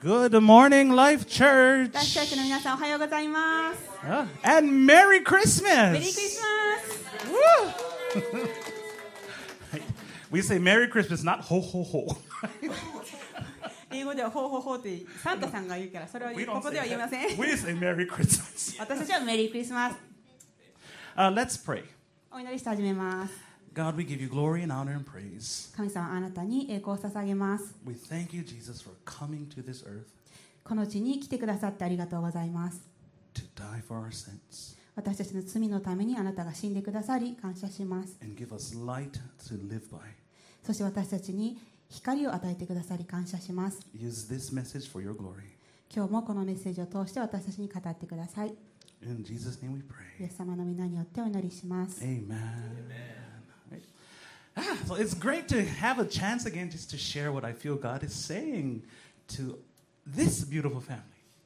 Good morning, Life ラッシ Church. ュチャーチの皆さんおはようございます。 Uh, and Merry メリークリ Christmas. スマス。 Woo! we say Merry Christmas, not ho ho ho. 英語ではほうほうほうってサンタさんが言うからそれは We こ don't こ say では言いませ that. ん。We say Merry Christmas. 私たちはメリークリスマス。 Uh, let's pray. お祈りして始めます。 God, we give you glory and honor and praise. 神様あなたに栄光を捧げます。 We thank you, Jesus, for coming to this earth この地に来てくださってありがとうございます。 to die for our sins 私たちの罪のためにあなたが死んでくださり感謝します。 and give us light to live by. そして私たちに光を与えてくださり感謝します。 Use this message for your glory. 今日もこのメッセージを通して私たちに語ってください。 In Jesus' name we イ pray. エス様の皆によってお祈りします。 Amen. Right. Ah, so it's great to have a chance again just to share what I feel God is saying to this beautiful family.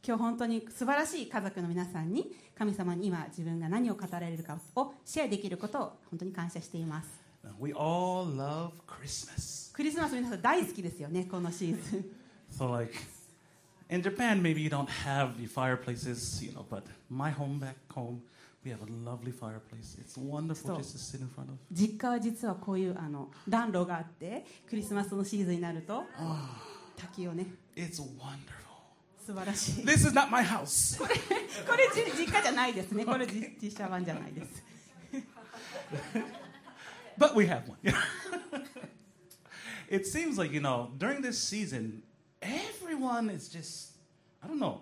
今日本当に素晴らしい家族の皆さんに神様に今自分が何を語られるかをシェアできることを本当に感謝しています。 Now, we all love Christmas. クリスマス皆さん大好きですよね、このシーズン。 So, like in Japan, maybe you don't have the fireplaces, you know, but my home back home, we have a lovely fireplace. It's wonderful So- just to sit in front of. 実家は実はこういうあの暖炉があってクリスマスのシーズンになると滝をね It's wonderful. 素晴らしい This is not my house. これじ実家じゃないですねこれじ実写版じゃないです But we have one. it seems like, you know, during this season, everyone is just, I don't know,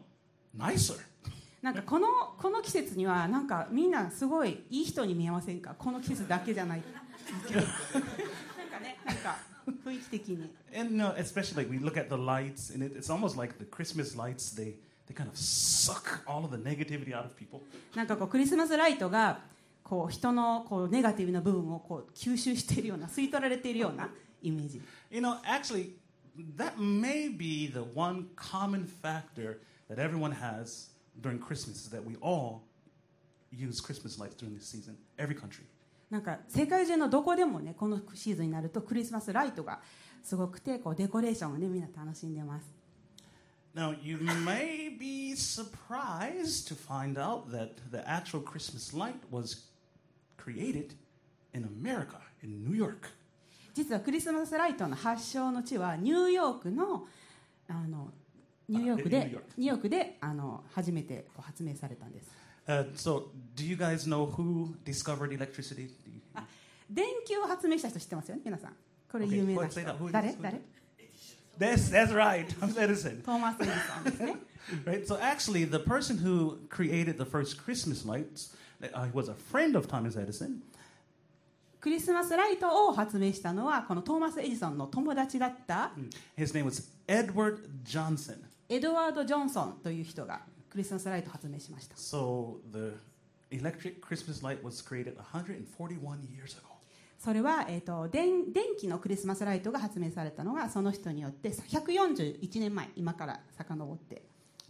nicer. なんかこのこの季節にはなんかみんなすごいいい人に見えませんかこの季節だけじゃないなんかねなんか雰囲気的に And you know, especially like we look at the lights, and it, it's almost like the Christmas lights, they, they kind of suck all of the negativity out of people. なんかこうクリスマスライトがこう人のこうネガティブな部分をこう吸収しているような吸い取られているようなイメージ You know, actually, that may be the one common factor that everyone has during Christmas is that we all use Christmas lights during this season, every country. なんか世界中のどこでもねこのシーズンになるとクリスマスライトがすごくてこうデコレーションをねみんな楽しんでます。 Now, you may be surprised to find out that the actual Christmas light was created in America, in New York. 実はクリスマスライトの発祥の地はニューヨークのあのニューヨークあえニューでヨークニューヨークであの初めてこう発明されたんです。 Uh, so, do you guys know who discovered electricity? Do you- 電球を発明した人知ってますよね皆さん。これ有名な Okay, 人 who- say that. Who is- 誰 who- 誰？ That's, that's right, Thomas Edison. トーマスエリソンですね。 Right? So, actually, the person who created the first Christmas lights uh, was a friend of Thomas Edison. クリスマスライトを発明したのはこのトーマス・エジソンの友達だった Ah. His name was Edward Johnson. エドワード・ジョンソンという人がクリスマスライトを発明しました So, the electric Christmas light was created 141 years ago. それは、えー、と電電気のクリスマスライトが発明されたのがその人によって141年前今から遡って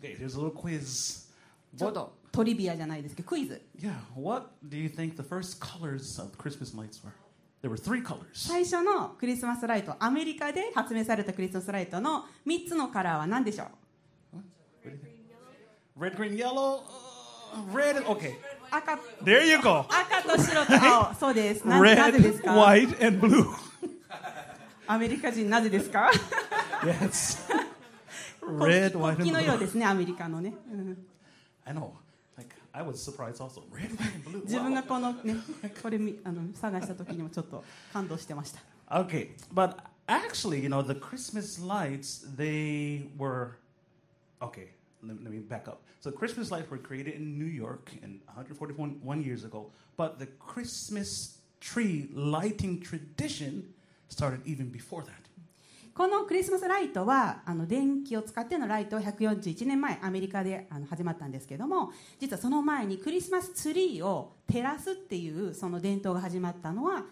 Okay, here's a little quiz. ちょ What, っとトリビアじゃないですけどクイズ yeah, what do you think the first colors of Christmas lights were? There were three colors. 最初のクリスマスライトアメリカで発明されたクリスマスライトの3つのカラーは何でしょう Red, green, yellow. Uh, red. Okay, 赤 there you go. 赤と白と 青そうですななぜ Red, ですか white, and blue. アメリカ人なぜですか yes. 国 Red, white, 旗 and のよう blue. ですねアメリカのね、うん、 I know. Like I was surprised also. Red, white, and blue. 自分 wow. がこのねこれみあの探した時にもちょっと感動してました Okay, but actually, you know, the Christmas lights, they were. Okay, let, let me back up. So, Christmas lights were created in New York in 141 one years ago, but the Christmas tree lighting tradition started even before that. このクリスマスライトはあの電気を使ってのライトは141年前アメリカであの始まったんですけども実はその前にクリスマスツリーを照らすっていうその伝統が始まったのは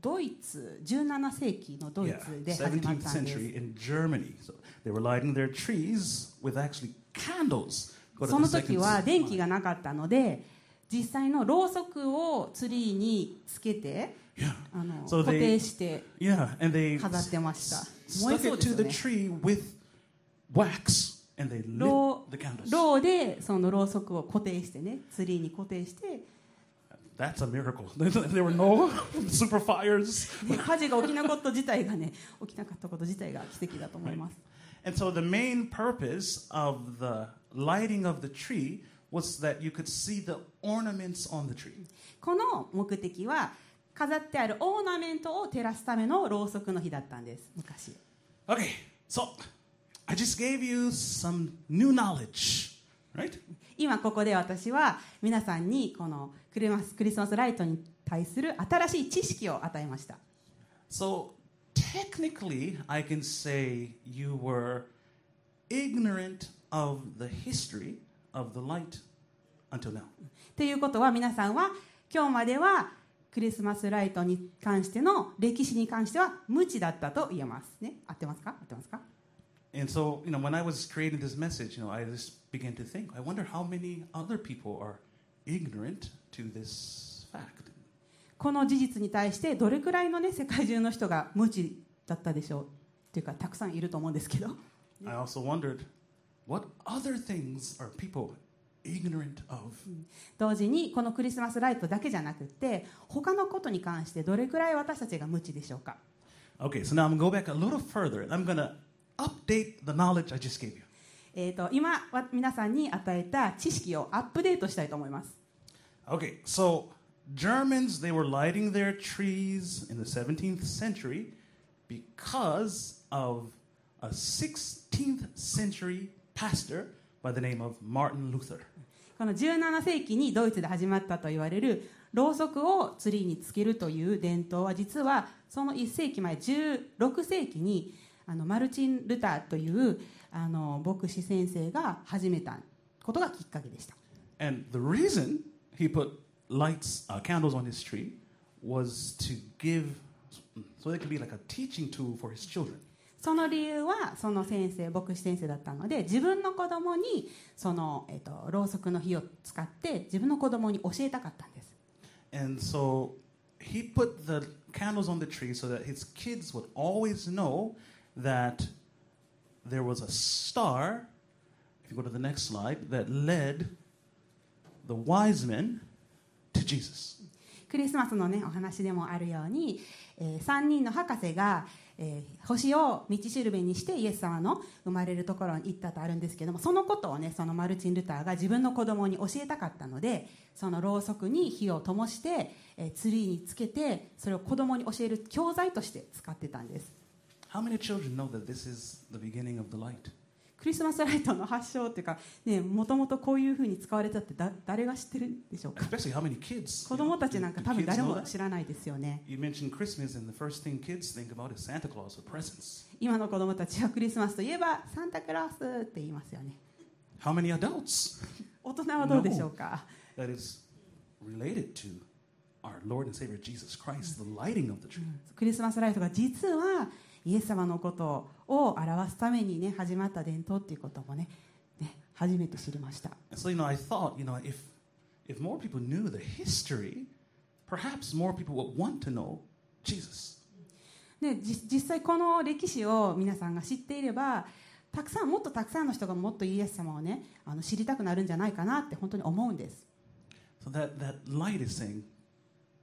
ドイツ17世紀のドイ Yeah, ツで始まっ 17th たんです century in Germany. So, they were lighting their trees with actually candles. Go to その the 時 second は電気 slide. がなかったので実際のろうそくをツリーにつけて Yeah. あの So 固 they 定して Yeah, and they 飾ってました。 stuck it to the 燃えそうですよね。 tree with wax and they Lo- lit the candles. ろうでそのろうそくを固定してねツリーに固定して That's a miracle. there were no super fires. で火事が起きなかった自体がね起きなかったこと自体が奇跡だと思います And so the main purpose of the lighting of the tree was that you could see the ornaments on the tree. この目的は飾ってあるオーナメントを照らすためのろうそくの日だったんです昔 Okay, so I just gave you some new knowledge, right? 今ここで私は皆さんにこのクリマスクリスマスライトに対する新しい知識を与えました So technically, I can say you were ignorant of the history of the light until now. ということは皆さんは今日まではクリスマスライトに関しての歴史に関しては無知だったと言えますね合ってますか合ってますか And so, you know, when I was creating this message, you know, I just began to think, I wonder how many other people are ignorant to this fact. この事実に対してどれくらいのね世界中の人が無知だったでしょうっていうかたくさんいると思うんですけど I also wondered, what other things are people ignorant of? 同時にこのクリスマスライトだけじゃなくって他のことに関してどれくらい私たちが無知でしょうか Okay, so now I'm going to go back a little further. I'm going to update the knowledge I just gave you. えー、と今わ皆さんに与えた知識をアップデートしたいと思います Okay, so Germans, they were lighting their trees in the 17th century because of a 16th century pastor by the name of Martin Luther. この17世紀にドイツで始まったと言われるろうそくをツリーにつけるという伝統は実はその1世紀前16世紀にあのマルチン・ルターというあの牧師先生が始めたことがきっかけでした And the reason he put lights, uh, candles on his tree was to give, so they could be like a teaching tool for his children. その理由はその先生牧師先生だったので自分の子供にその、えっとろうそくの火を使って自分の子供に教えたかったんです And so he put the candles on the tree so that his kids would always know that there was a star, if you go to the next slide, that led the wise men to Jesus. クリスマスのねお話でもあるように、え3人の博士が、えー星を道しるべにしてイエス様の生まれるところに行ったとあるんですけどもそのことをねそのマルチン・ルターが自分の子供に教えたかったのでそのろうそくに火を灯して、えーツリーにつけてそれを子供に教える教材として使ってたんです How many children know that this is the beginning of the light? クリスマスライトの発祥っていうかねもともとこういうふうに使われたってだ誰が知ってるんでしょうか Especially how many kids? 子 You, 供 know, た do- ちなんか do 多分 kids 誰 know も that? 知らないですよね You mentioned Christmas, and the first thing kids think about is Santa Claus or presents. 今の子供たちはクリスマスといえばサンタクロースって言いますよね How many adults 大人はどうでしょうか、 that is related to our Lord and Savior Jesus Christ, the lighting of the tree. クリスマスライトが実はイエス様のことを表すためにね始まった伝統っていうこともねね初めて知りました And so, you know, I thought, you know, if if more people knew the history, perhaps more people would want to know Jesus. でじ実際この歴史を皆さんが知っていればたくさんもっとたくさんの人がもっとイエス様をねあの知りたくなるんじゃないかなって本当に思うんです So that that light is saying,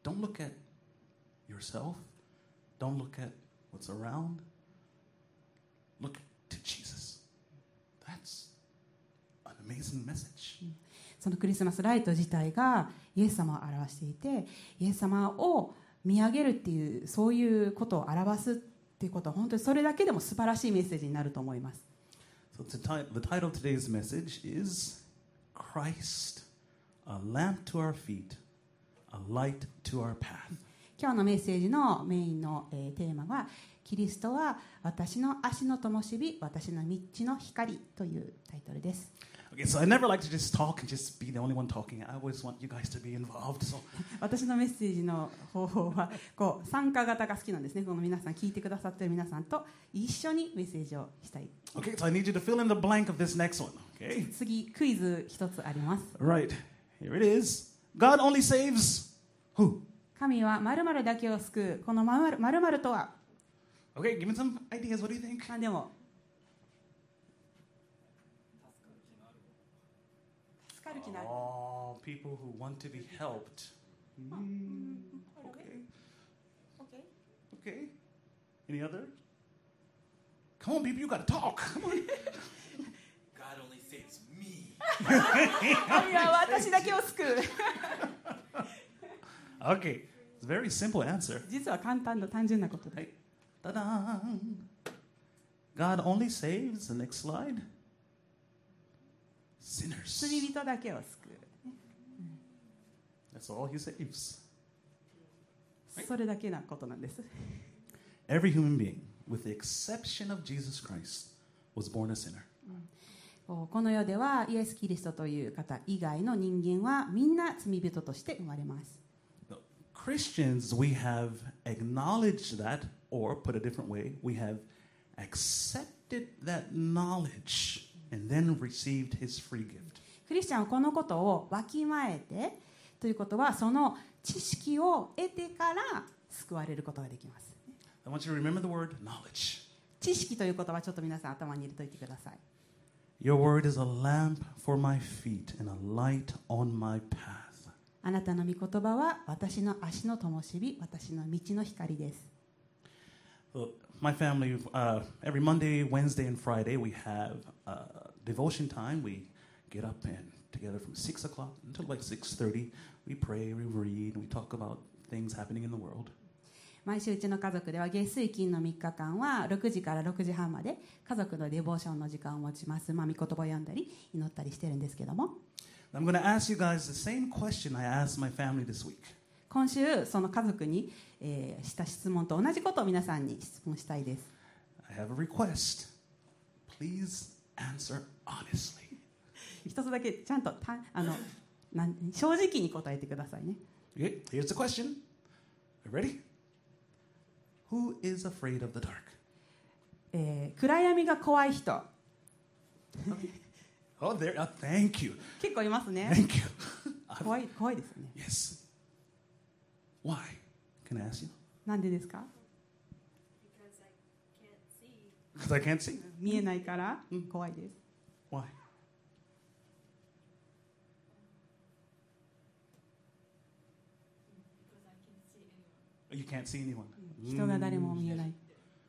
don't look at yourself, don't look at what's around. Look to Jesus. That's an amazing message. そのクリスマスライト自体がイエス様を表していてイエス様を見上げるっていうそういうことを表すっていうことは本当にそれだけでも素晴らしいメッセージになると思います So to ti- the title of today's message is Christ, a lamp to our feet, a light to our path. 今日のメッセージのメインの、えーテーマは「キリストは私の足の灯火私の道の光」というタイトルです Okay, so I never like to just talk and just be the only one talking. I always want you guys to be involved. So 私のメッセージの方法はこう参加型が好きなんですねこの皆さん聞いてくださってる皆さんと一緒にメッセージをしたい okay, so I need you to fill in the blank of this next one. Okay, 次クイズ一つあります right here it is. God only saves who? 神は〇〇だけを救うこの〇〇〇とは Okay, give me some ideas. What do you think? まあでもかる気になる。 Oh, people who want to be helped. Mm, okay. Okay. Okay. Any other? Come on, people, you gotta talk. Come on. God only saves me. 神は私だけを救う。 Okay. It's a very simple answer. 実は簡単な単純なことで Hey. Ta-da! God only saves the next slide. Sinners. 罪人だけを救 That's all he saves. う。それだけなことなんです。 Every human being, with the exception of Jesus Christ, was born a sinner. こうこの世ではイエス・キリストという方以外の人間はみんな罪人として生まれます。 Now, Christians, we have acknowledged that, or put a different way, we have accepted that knowledge and then received his free gift. クリスチャンはこのことをわきまえてということはその知識を得てから救われることができます。 I want you to remember the word knowledge. 知識という言葉ちょっと皆さん頭に入れといてください。 Your word is a lamp for my feet and a light on my path. あなたの御言葉は私の足の灯火、私の道の光です。 Well, my family, uh, every Monday, Wednesday, and Friday, we have uh, devotion time. We get up and together from six o'clock until like six thirty. We pray, we read, we talk about things happening in the world. 毎週うちの家族では月水金の3日間は6時から6時半まで家族のデボーションの時間を持ちます。まあ、御言葉を読んだり祈ったりしてるんですけども、 I'm going to ask you guys the same question I asked my family this week. 今週その家族に、えーした質問と同じことを皆さんに質問したいです。 I have a request. Please answer honestly. 一つだけちゃんとたあの なん正直に答えてくださいね。 Okay, here's the question. Are you ready? Who is afraid of the dark? えー暗闇が怖い人 Oh, there. Uh, thank you. 結構いますね。 Thank you. I- 怖い怖いですよね。 Yes. Why? Can I ask you? なんでですか？ Because I can't Because I can't see. see. 見えないから怖いです。 Why? Because I can see anyone. You can't see anyone. 人が誰も Mm. 見えない。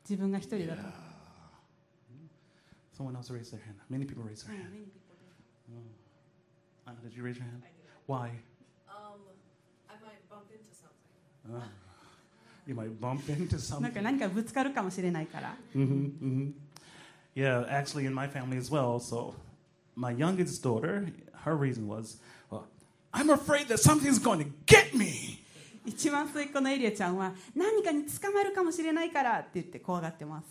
自分が一人だと。 Someone else raised their hand. Many people raised their hand. Oh. Anna, did you raise your hand? I do. Why? Um, I might bump into something. Uh, you might bump into なんか something. 何かぶつかるかもしれないから。 hmm hmm Yeah, actually, in my family as well. So, my youngest daughter, her reason was, well, I'm afraid that something's going to get me. 一番末っ子のエリアちゃんは何かに捕まるかもしれないからって言って怖がってます。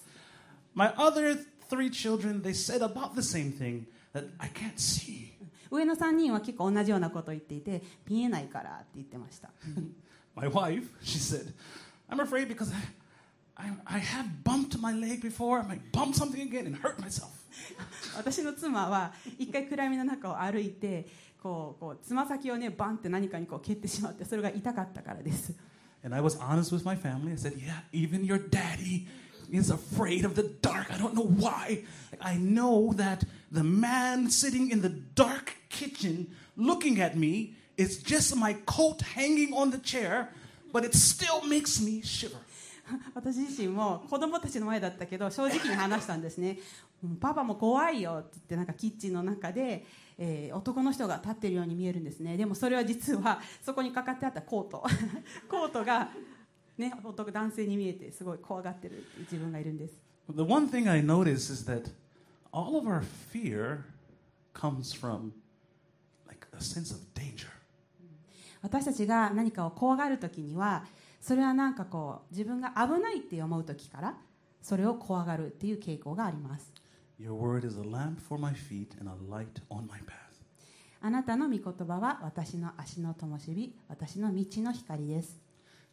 My other three children, they said about the same thing that I can't see. 上の3人は結構同じようなことを言っていて見えないからって言ってました My wife, she said, I'm afraid because I, I, I have bumped my leg before. I might bump something again and hurt myself. 私の妻は一回暗闇の中を歩いてこうこうつま先をねバンって何かにこう蹴ってしまってそれが痛かったからです And I was honest with my family. I said, Yeah, even your daddy is afraid of the dark. I don't know why. I know that the man sitting in the dark kitchen looking at me is just my coat hanging on the chair, but it still makes me shiver. 私自身も子供たちの前だったけど正直に話したんですねうんパパも怖いよって言ってなんかキッチンの中で、えー男の人が立ってるように見えるんですねでもそれは実はそこにかかってあったコート コートが、ね、男男性に見えてすごい怖がってる自分がいるんです The one thing I notice is that all of our fear comes from like a sense of danger. 私たちが何かを怖がる時にはそれはなんかこう自分が危ないって思う時からそれを怖がるっていう傾向があります Your word is a lamp for my feet and a light on my path. あなたの御言葉は私の足の灯火私の道の光です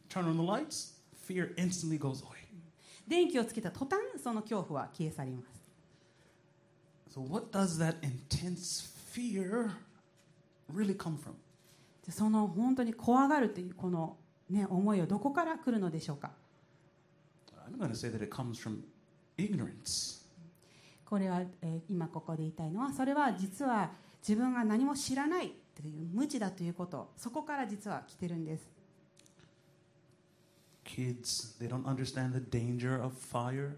Turn on the lights, fear instantly goes away. 電気をつけた途端その恐怖は消え去ります So, what does that intense fear really come from? でその本当に怖がるというこの、ね、思いはどこから来るのでしょうか I'm going to say that it comes from ignorance. これは、えー今ここで言いたいのはそれは実は自分が何も知らないという無知だということそこから実は来てるんです Kids, they don't understand the danger of fire.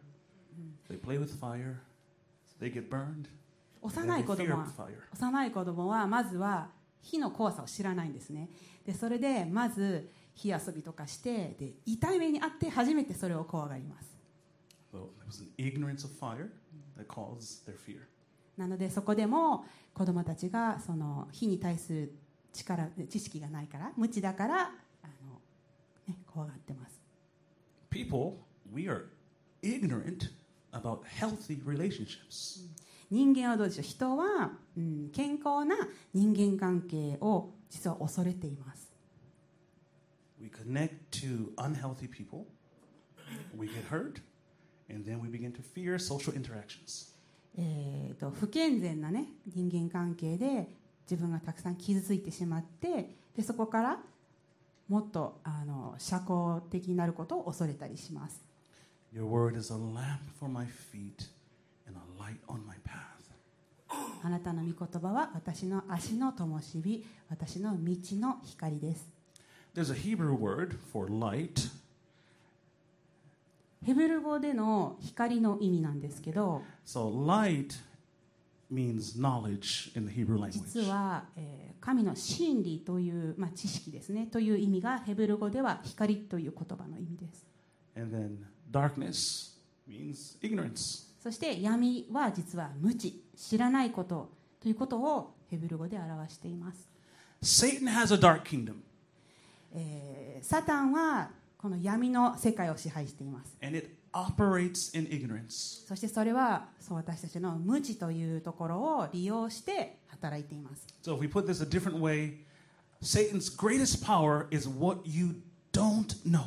They play with fire, they get burned. 幼い they 子 have a 供 fear は of fire. 幼い子供はまずは火の怖さを知らないんですねでそれでまず火遊びとかしてで痛い目にあって初めてそれを怖がります So there was an ignorance of fire that caused their fear. なのでそこでも子どもたちがその火に対する力知識がないから無知だからあの、ね、怖がってます People, we are ignorant about healthy relationships. 人間はどうでしょう人は、うん、健康な人間関係を実は恐れています We connect to unhealthy people, we get hurt, and then we begin to fear social interactions. えー、と不健全な、ね、人間関係で自分がたくさん傷ついてしまってでそこからもっとあの社交的になることを恐れたりします Your word is a lamp for my feet and a light on my path. あなたの御言葉は私の足の灯火私の道の光です There's a Hebrew word for light, ヘブル語での光の意味なんですけど So light means knowledge in the Hebrew language. 実は、えー神の真理という、まあ、知識ですねという意味がヘブル語では光という言葉の意味です And then darkness means ignorance. そして闇は実は無知知らないことということをヘブル語で表しています、 Satan has a dark kingdom, えーサタンはこの闇の世界を支配しています and it operates in ignorance. そしてそれはそう私たちの無知というところを利用して働いています So if we put this a different way, Satan's greatest power is what you don't know.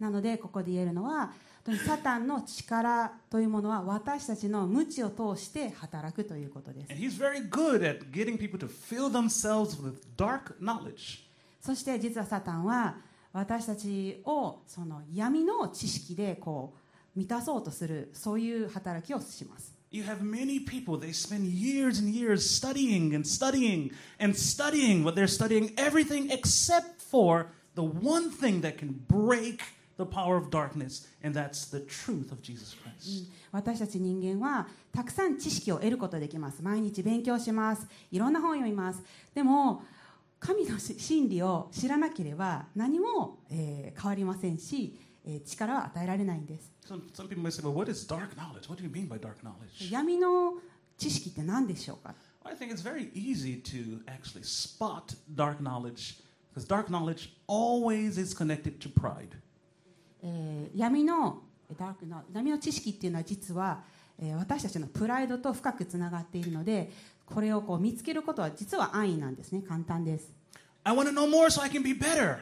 なのでここで言えるのは本当にサタンの力というものは私たちの無知を通して働くということです And he's very good at getting people to fill themselves with dark knowledge. そして実はサタンは私たちをその闇の知識でこう満たそうとするそういう働きをします You have many people, they spend years and years studying and studying and studying, but they're studying everything except for the one thing that can break the power of darkness, and that's the truth of Jesus Christ. Mm. 私たち人間はたくさん知識を得ることができます毎日勉強しますいろんな本を読みますでも神のし真理を知らなければ何も、えー変わりませんし、えー力は与えられないんです Some, some people might say, well, what is dark knowledge? What do you mean by dark knowledge? 闇の知識って何でしょうか I think it's very easy to actually spot dark knowledge because dark knowledge always is connected to pride. えー闇のダークな闇の知識っていうのは実は、えー私たちのプライドと深くつながっているのでこれをこう見つけることは実は安易なんですね簡単です I want to know more so I can be better.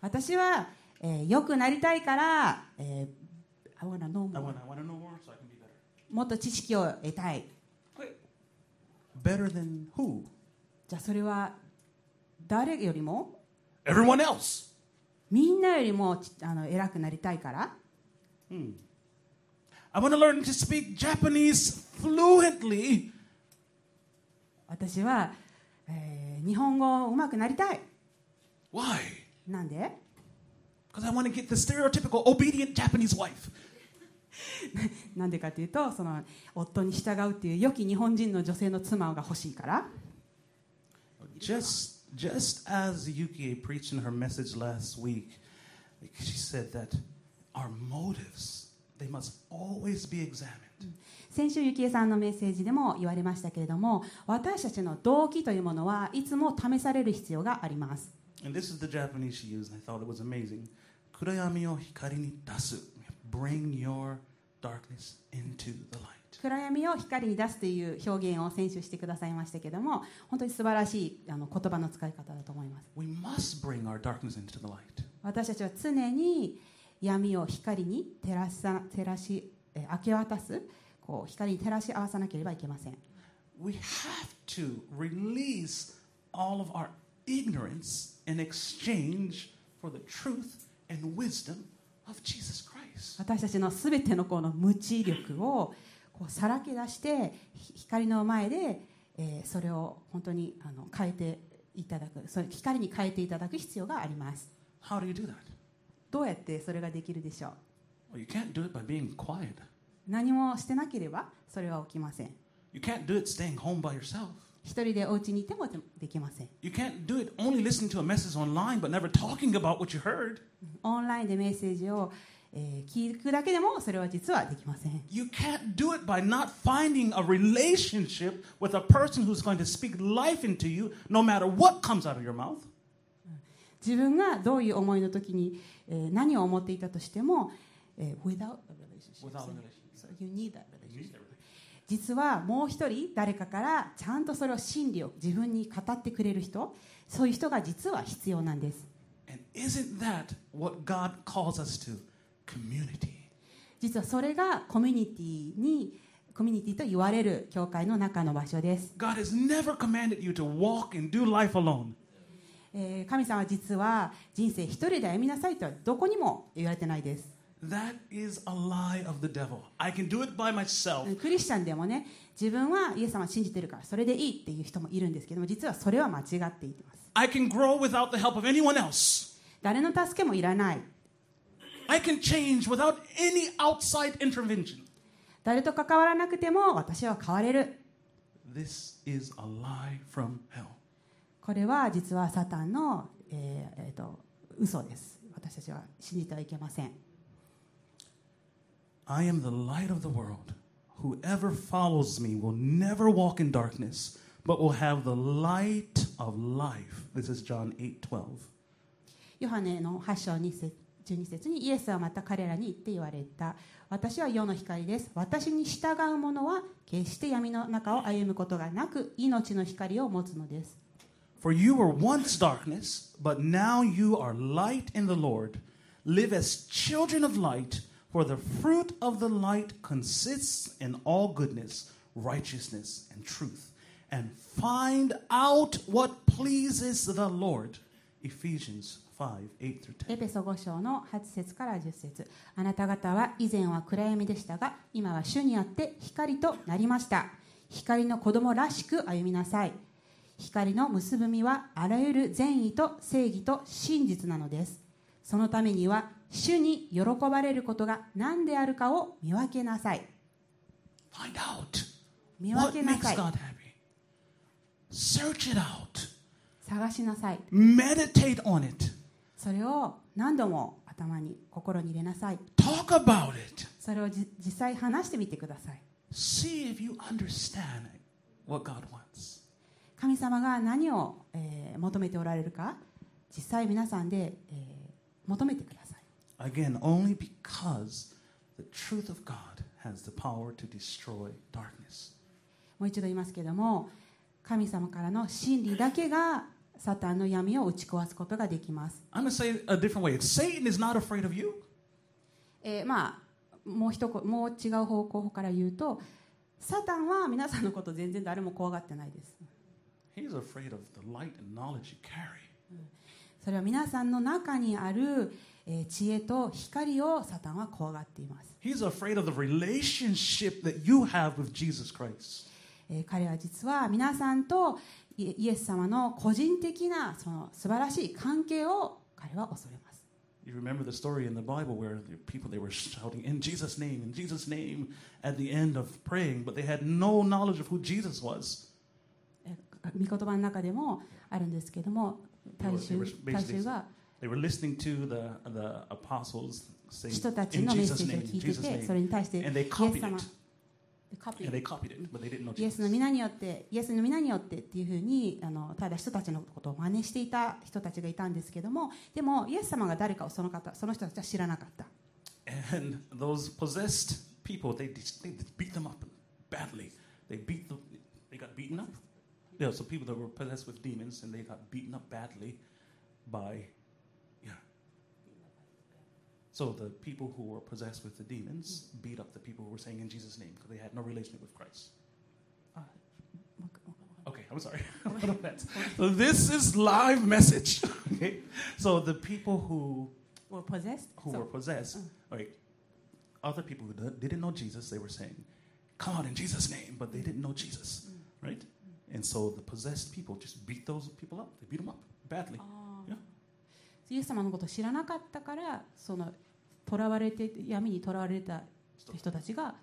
私は、えー良くなりたいから、えー I wanna know I want, more I want to know more so I can be better. もっと知識を得たい Wait. Better than who? じゃあそれは誰よりも Everyone else. みんなよりもちあの偉くなりたいから I want to learn to speak Japanese fluently. 私は、えー日本語をうまくなりたい Why? なんで Because I want to get the stereotypical obedient Japanese wife. なんでかというとその夫に従うっていう良き日本人の女性の妻が欲しいから Just just as Yukie preached in her message last week, she said that our motives they must always be examined. 先週ゆきえさんのメッセージでも言われましたけれども私たちの動機というものはいつも試される必要があります And this is the Japanese she used, and I thought it was amazing. Kurayami o hikari ni dasu. Bring your darkness into the light. 暗闇を光に出すという表現を先週してくださいましたけども本当に素晴らしいあの言葉の使い方だと思います We must bring our darkness into the light. 私たちは常に闇を光に照らさ照らしえー明け渡すこう光に照らし合わさなければいけません We have to release all of our ignorance in exchange for the truth and wisdom of Jesus Christ. 私たちのすべてのこの無知力をここうさらけ出してひ光の前で、えーそれを本当にあの変えていただくそれ光に変えていただく必要があります How do you do that? どうやってそれができるでしょう Well, you can't do it by being quiet. 何もしてなければそれは起きません You can't do it staying home by yourself. 一人でお家にいてもできません You can't do it only listening to a message online but never talking about what you heard. オンラインでメッセージを、えー聞くだけでもそれは実はできません You can't do it by not finding a relationship with a person who's going to speak life into you no matter what comes out of your mouth. 自分がどういう思いの時に、えー何を思っていたとしても、えー without a relationship Without a relationship. So you need that relationship 実はもう一人誰かからちゃんとそれを真理を自分に語ってくれる人そういう人が実は必要なんです And isn't that what God calls us to? Community. 実はそれがコミュニティにコミュニティと言われる教会の中の場所です、 God has never commanded you to walk and do life alone. えー神様は実は人生一人で歩みなさいとはどこにも言われてないです That is a lie of the devil. I can do it by myself. クリスチャンでもね自分はイエス様を信じてるからそれでいいっていう人もいるんですけども実はそれは間違っています I can grow without the help of anyone else. 誰の助けもいらない I can change without any outside intervention. 誰と関わらなくても私は変われる This is a lie from hell. これは実はサタンの、えーえーと嘘です私たちは信じてはいけません I am the light of the world. Whoever follows me will never walk in darkness, but will have the light of life. This is John 8 12. ヨハネの8章2節12節にイエスはまた彼らに言って言われた私は世の光です私に従う者は決して闇の中を歩むことがなく命の光を持つのです For you were once darkness, but now you are light in the Lord. Live as children of light, for the fruit of the light consists in all goodness, righteousness, and truth. And find out what pleases the Lord. Ephesians 5 8 through 10. エペソ5章の8節から10節あなた方は以前は暗闇でしたが今は主にあって光となりました光の子供らしく歩みなさい光の結ぶ実はあらゆる善意と正義と真実なのですそのためには主に喜ばれることが何であるかを見分けなさい Find out 見分 what けな makes さい God happy. Search it out. 探しなさい Meditate on it. それを何度も頭に心に入れなさい Talk about it. それをじ実際話してみてください See if you understand what God wants. 神様が何を、えー求めておられるか実際皆さんで、えー求めてください Again, only because the truth of God has the power to destroy darkness. もう一度言いますけども神様からの真理だけがサタンの闇を打ち壊すことができます、 I'm going to say it a different way. If Satan is not afraid of you, えーまあもう一こもう違う方向から言うとサタンは皆さんのこと全然誰も怖がってないです he's afraid of the light and knowledge you carry. それは皆さんの中にある、えー知恵と光をサタンは怖がっています He's afraid of the relationship that you have with Jesus Christ. えー彼は実は皆さんとイエイエス様の個人的なその素晴らしい関係を彼は恐れます、 You remember the story in the Bible where the people they were shouting in Jesus' name, in Jesus' name, at the end of praying, but they had no knowledge of who Jesus was. えー御言葉の中でもあるんですけども大衆 They were 大衆が They were listening to the the apostles say 人たち in のメッ Jesus' セージを name, in 聞いて Jesus' てそ name, れに対して and they イエス copied 様 it, カピ and ー they copied it, but they didn't know イエ Jesus. スの皆によってイエスの皆によってっていうふうにあのただ人たちのことを真似していた人たちがいたんですけどもでもイエス様が誰かをその方その人たちは知らなかった And those possessed people, they dis- they beat them up badly. They beat them, they got beaten up. Yeah, so people that were possessed with demons and they got beaten up badly by, yeah. So the people who were possessed with the demons beat up the people who were saying in Jesus' name because they had no relationship with Christ. あもう一回 Okay, I'm sorry. What offense. so this is live message. Okay, so the people who were possessed? who So- were possessed, like other people who d- didn't know Jesus, they were saying, come out in Jesus' name, but they didn't know Jesus, right? And so the possessed people just beat those people up. They beat them up badly. あいやーイエス様のことを知らなかったからその囚われて闇に囚われた人たちが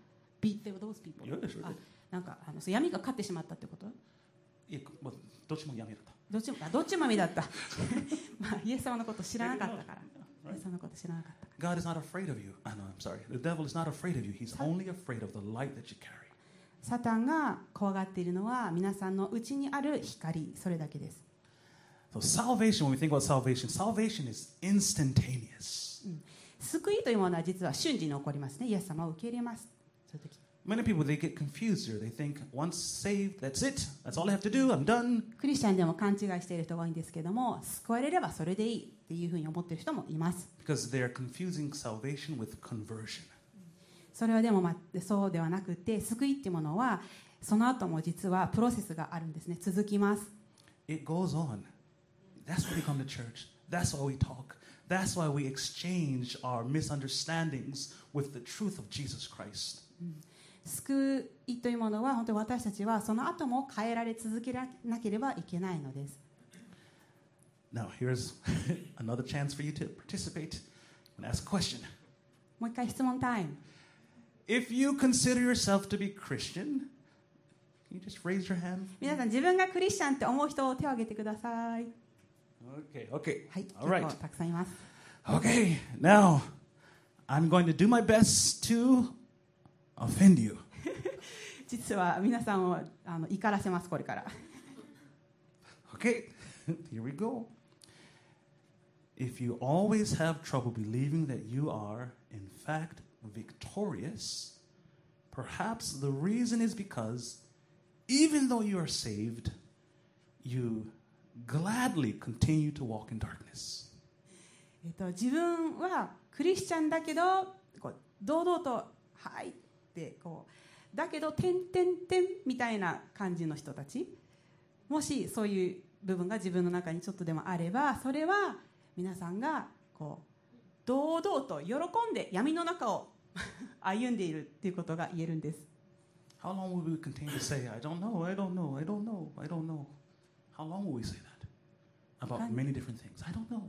beat t h those people いやそれであなんかあのそう闇が勝ってしまったってこといやまあどっちもやめるとどっちもあどっちも闇だったまあイエス様のことを知らなかったから Right? イエス様のことを知らなかったか God is not afraid of you. I know, I'm sorry. The devil is not afraid of you. He's only afraid of the light that you carry. らサタンが怖がっているのは皆さんの内にある光それだけです So salvation, when we think about salvation, salvation is instantaneous. 救いというものは実は瞬時に起こりますねイエス様を受け入れますそういう時 Many people they get confused here. They think once saved, that's it. That's all I have to do. I'm done. クリスチャンでも勘違いしている人が多いんですけども救われればそれでいいっていうふうに思ってる人もいます Because they're confusing salvation with conversion. それはでも、ま、そうではなくて救いっていうものはその後も実はプロセスがあるんですね続きます It goes on. That's why we come to church. That's why we talk. That's why we exchange our misunderstandings with the truth of Jesus Christ. 救いというものは本当に私たちはその後も変えられ続けなければいけないのです Now, here's another chance for you to participate and ask a question. もう一回質問タイム If you consider yourself to be Christian, can you just raise your hand? 皆さん自分がクリスチャンって思う人を手を挙げてください Okay, okay. はい結 All right. 構たくさんいます Okay, now I'm going to do my best to offend you. 実は皆さんをあの怒らせますこれから Okay, here we go. If you always have trouble believing that you are, in fact, victorious, perhaps the reason is because even though you are saved, you gladly continue to walk in darkness. えっと、自分はクリスチャンだけどこう堂々と「はい」ってこうだけど「てんてんてん」みたいな感じの人たちもしそういう部分が自分の中にちょっとでもあればそれは皆さんがこう堂々と喜んで闇の中を 歩んでいるっていうことが言えるんです How long will we continue to say, I don't know, I don't know, I don't know, I don't know? How long will we say that? About Can- many different things. I don't know.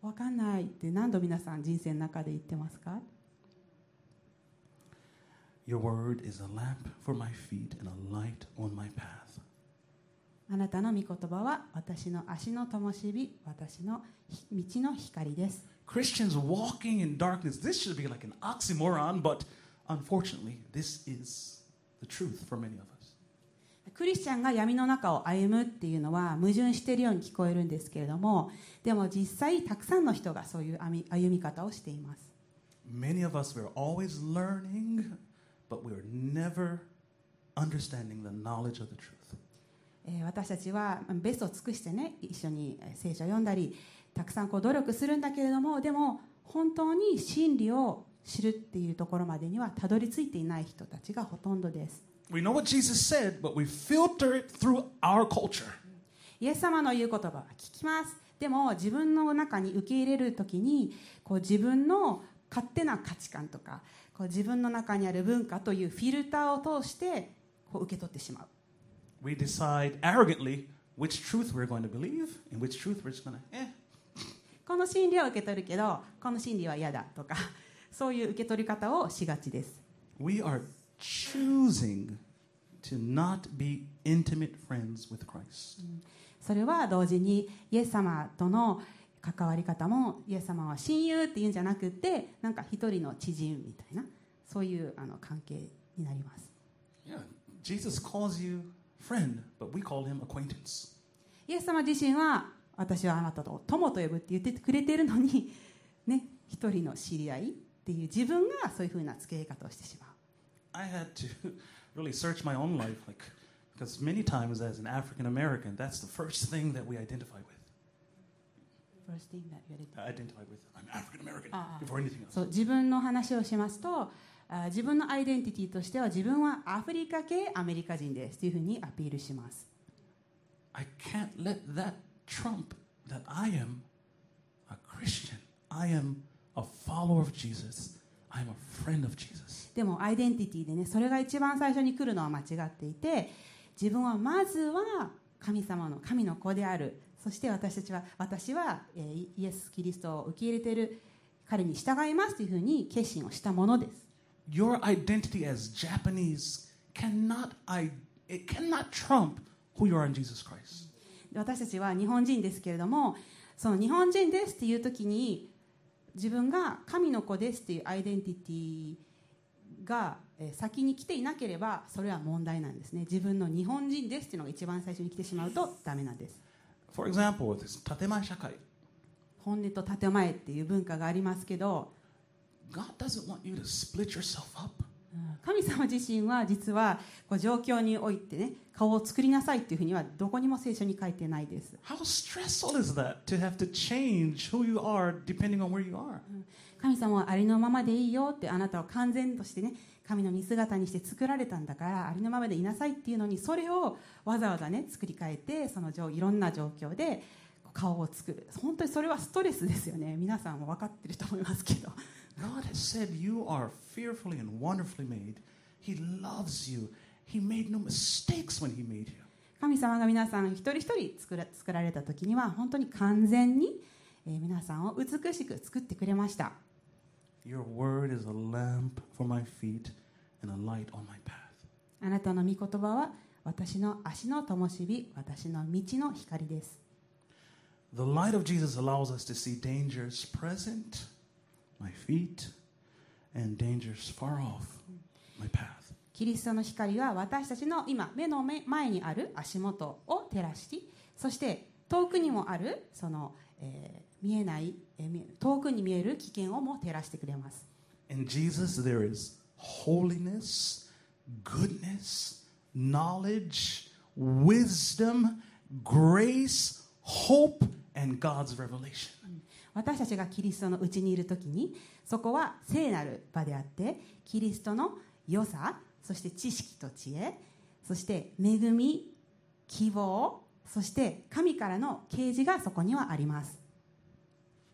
分かんないって何度皆さん人生の中で言ってますか Your word is a lamp for my feet and a light on my path. あなたの御言葉は私の足の灯火私の道の光です Christians walking in darkness, this should be like an oxymoron, but unfortunately, this is the truth for many of us. クリスチャンが闇の中を歩むっていうのは矛盾しているように聞こえるんですけれどもでも実際たくさんの人がそういう歩み歩み方をしています Many of us, we're always learning, but we're never understanding the knowledge of the truth. えー私たちはベストを尽くしてね一緒にえー聖書を読んだりたくさんこう努力するんだけれどもでも本当に真理を知るっていうところまでにはたどり着いていない人たちがほとんどです We know what Jesus said, but we filter it through our culture. イエス様の言う言葉は聞きますでも自分の中に受け入れるときにこう自分の勝手な価値観とかこう自分の中にある文化というフィルターを通してこう受け取ってしまう We decide arrogantly which truth we're going to believe and which truth we're just going to, eh, この真理は受け取るけどこの真理は嫌だとか そういう受け取り方をしがちです We are choosing to not be intimate friends with Christ. それは同時にイエス様との関わり方もイエス様は親友っていうんじゃなくてなんか一人の知人みたいなそういうあの関係になります Yeah. Jesus calls you friend, but we call him acquaintance. イエス様自身は私はあなたと友と呼ぶって言ってくれてるのに、 ね、一人の知り合いっていう自分がそういうふうな付け方をしてしまう I had to really search my own life, like because many times as an African American, that's the first thing that we identify with. First thing that you did. I identify with I'm African American Ah, ah. before anything else. そう自分の話をしますとあ自分のアイデンティティとしては自分はアフリカ系アメリカ人ですというふうにアピールします I can't let that trump that I am a Christian. I am a follower of Jesus. I'm a friend of Jesus. でもアイデンティティでねそれが一番最初に来るのは間違っていて自分はまずは神様の神の子であるそして私たちは私は、えーイエス・キリストを受け入れている彼に従いますというふうに決心をしたものです Your identity as Japanese cannot I it cannot trump who you are in Jesus Christ. で私たちは日本人ですけれどもその日本人ですっていう時に自分が神の子ですっていうアイデンティティがえー先に来ていなければそれは問題なんですね自分の日本人ですっていうのが一番最初に来てしまうとダメなんです For example, with this tatemae shakai, 本音と建前っていう文化がありますけど God doesn't want you to split yourself up. 神様自身は実はこう状況においてね顔を作りなさいっていうふうにはどこにも聖書に書いてないです How stressful is that to have to change who you are depending on where you are? 神様はありのままでいいよってあなたを完全としてね神の似姿にして作られたんだからありのままでいなさいっていうのにそれをわざわざね作り変えてその状いろんな状況でこう顔を作る本当にそれはストレスですよね皆さんも分かってると思いますけど God has said you are fearfully and wonderfully made. He loves you. He made no mistakes when He made you. 神様が皆さん一人一人作ら作られた時には本当に完全に、えー皆さんを美しく作ってくれました Your word is a lamp for my feet and a light on my path. あなたの御言葉は私の足の灯火私の道の光です The light of Jesus allows us to see dangers present, my feet, and dangers far off, my path. キリストの光は私たちの今目の目前にある足元を照らしそして遠くにもあるその、えー見えない、えー見え遠くに見える危険をも照らしてくれます In Jesus, there is holiness, goodness, knowledge, wisdom, grace, hope, and God's revelation. 私たちがキリストのうちにいるときにそこは聖なる場であってキリストの良さそして知識と知恵そして恵み希望そして神からの啓示がそこにはあります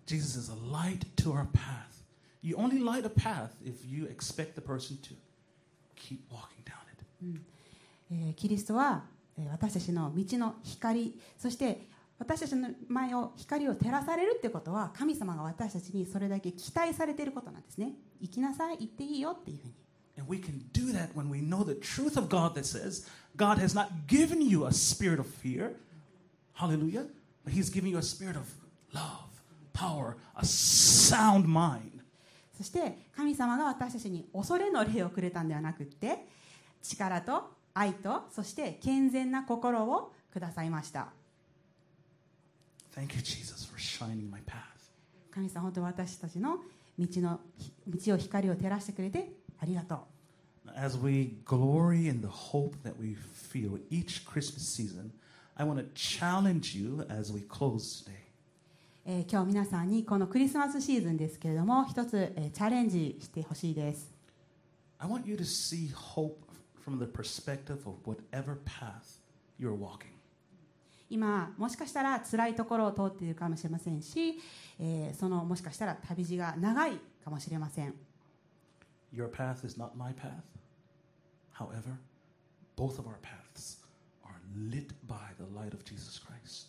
Jesus is a light to our path. You only light a path if you expect the person to keep walking down it. えーキリストはえー私たちの道の光そして私たちの前を光を照らされるってことは神様が私たちにそれだけ期待されていることなんですね行きなさい行っていいよっていうふうに And we can do that when we know the truth of God that says God has not given you a spirit of fear, hallelujah, but He's given you a spirit of love, power, a sound mind. そして神様が私たちに恐れの霊をくれたんではなくって力と愛とそして健全な心をくださいました Thank you, Jesus, for shining my path. 神様本当に私たちの道の道を光を照らしてくれてありがとう As we glory in the hope that we feel each Christmas season, I want to challenge you as we close today. えー今日皆さんにこのクリスマスシーズンですけれども一つ、えーチャレンジしてほしいです I want you to see hope from the perspective of whatever path you're walking. 今もしかしたら辛いところを通っているかもしれませんし、えーそのもしかしたら旅路が長いかもしれません Your path is not my path. However, both of our paths are lit by the light of Jesus Christ.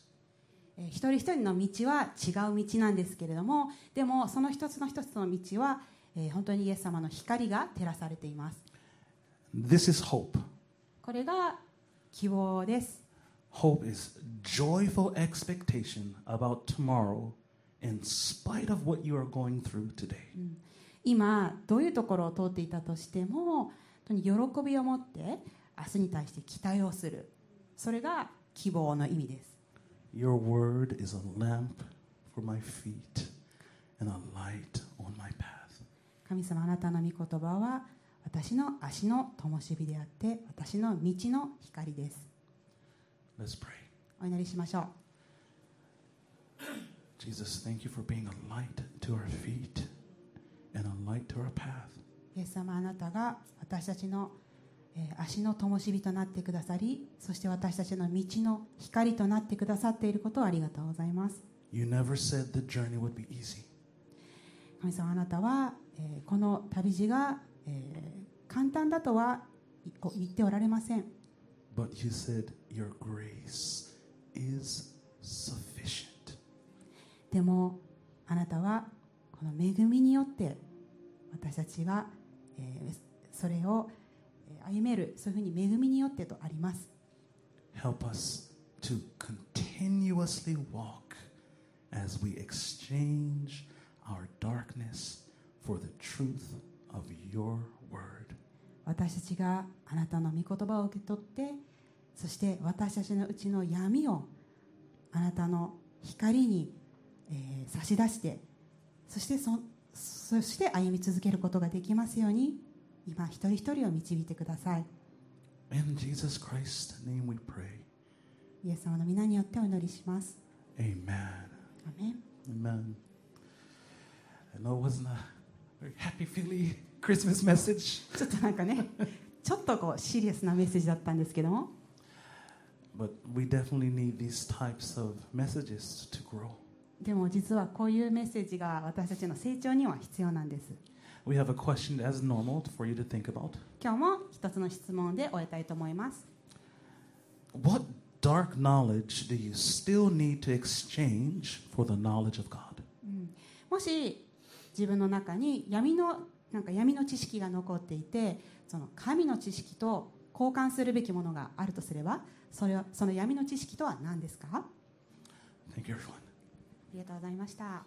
えー一人一人の道は違う道なんですけれどもでもその一つの一つの道は、えー本当にイエス様の光が照らされています This is hope. これが希望です Hope is joyful expectation about tomorrow in spite of what you are going through today. 今どういうところを通っていたとしても本当に喜びを持って明日に対して期待をするそれが希望の意味です Your word is a lamp for my feet and a light on my path. 神様あなたの御言葉は私の足の灯火であって私の道の光です Let's pray. お祈りしましょう Jesus, thank you for being a light to our feet and a light to our path. イエス様あなたが私たちの、えー足の灯火となってくださりそして私たちの道の光となってくださっていることをありがとうございます You never said the journey would be easy. 神様あなたは、ええーこの旅路が、えー簡単だとはいお言っておられません But you said, Your grace is sufficient. でもあなたはこの恵みによって私たちは、えーそれをえー歩めるそういうふうに恵みによってとあります Help us to continuously walk as we exchange our darkness for the truth of your word. 私たちがあなたの御言葉を受け取ってそして私たちのうちの闇をあなたの光に、えー差し出してそしてそそして歩み続けることができますように今一人一人を導いてください In Jesus Christ's name we pray. イエス様の皆によってお祈りします Amen. アメン Amen. I know it wasn't a very happy feely Christmas message, ちょっとなんかね ちょっとこうシリアスなメッセージだったんですけども but we definitely need these types of messages to grow. でも実はこういうメッセージが私たちの成長には必要なんです We have a question as normal for you to think about. 今日も一つの質問で終えたいと思います What dark knowledge do you still need to exchange for the knowledge of God? もし自分の中に闇のなんか闇の知識が残っていてその神の知識と交換するべきものがあるとすればそれはその闇の知識とは何ですかあ Thank you, everyone. りがとうございました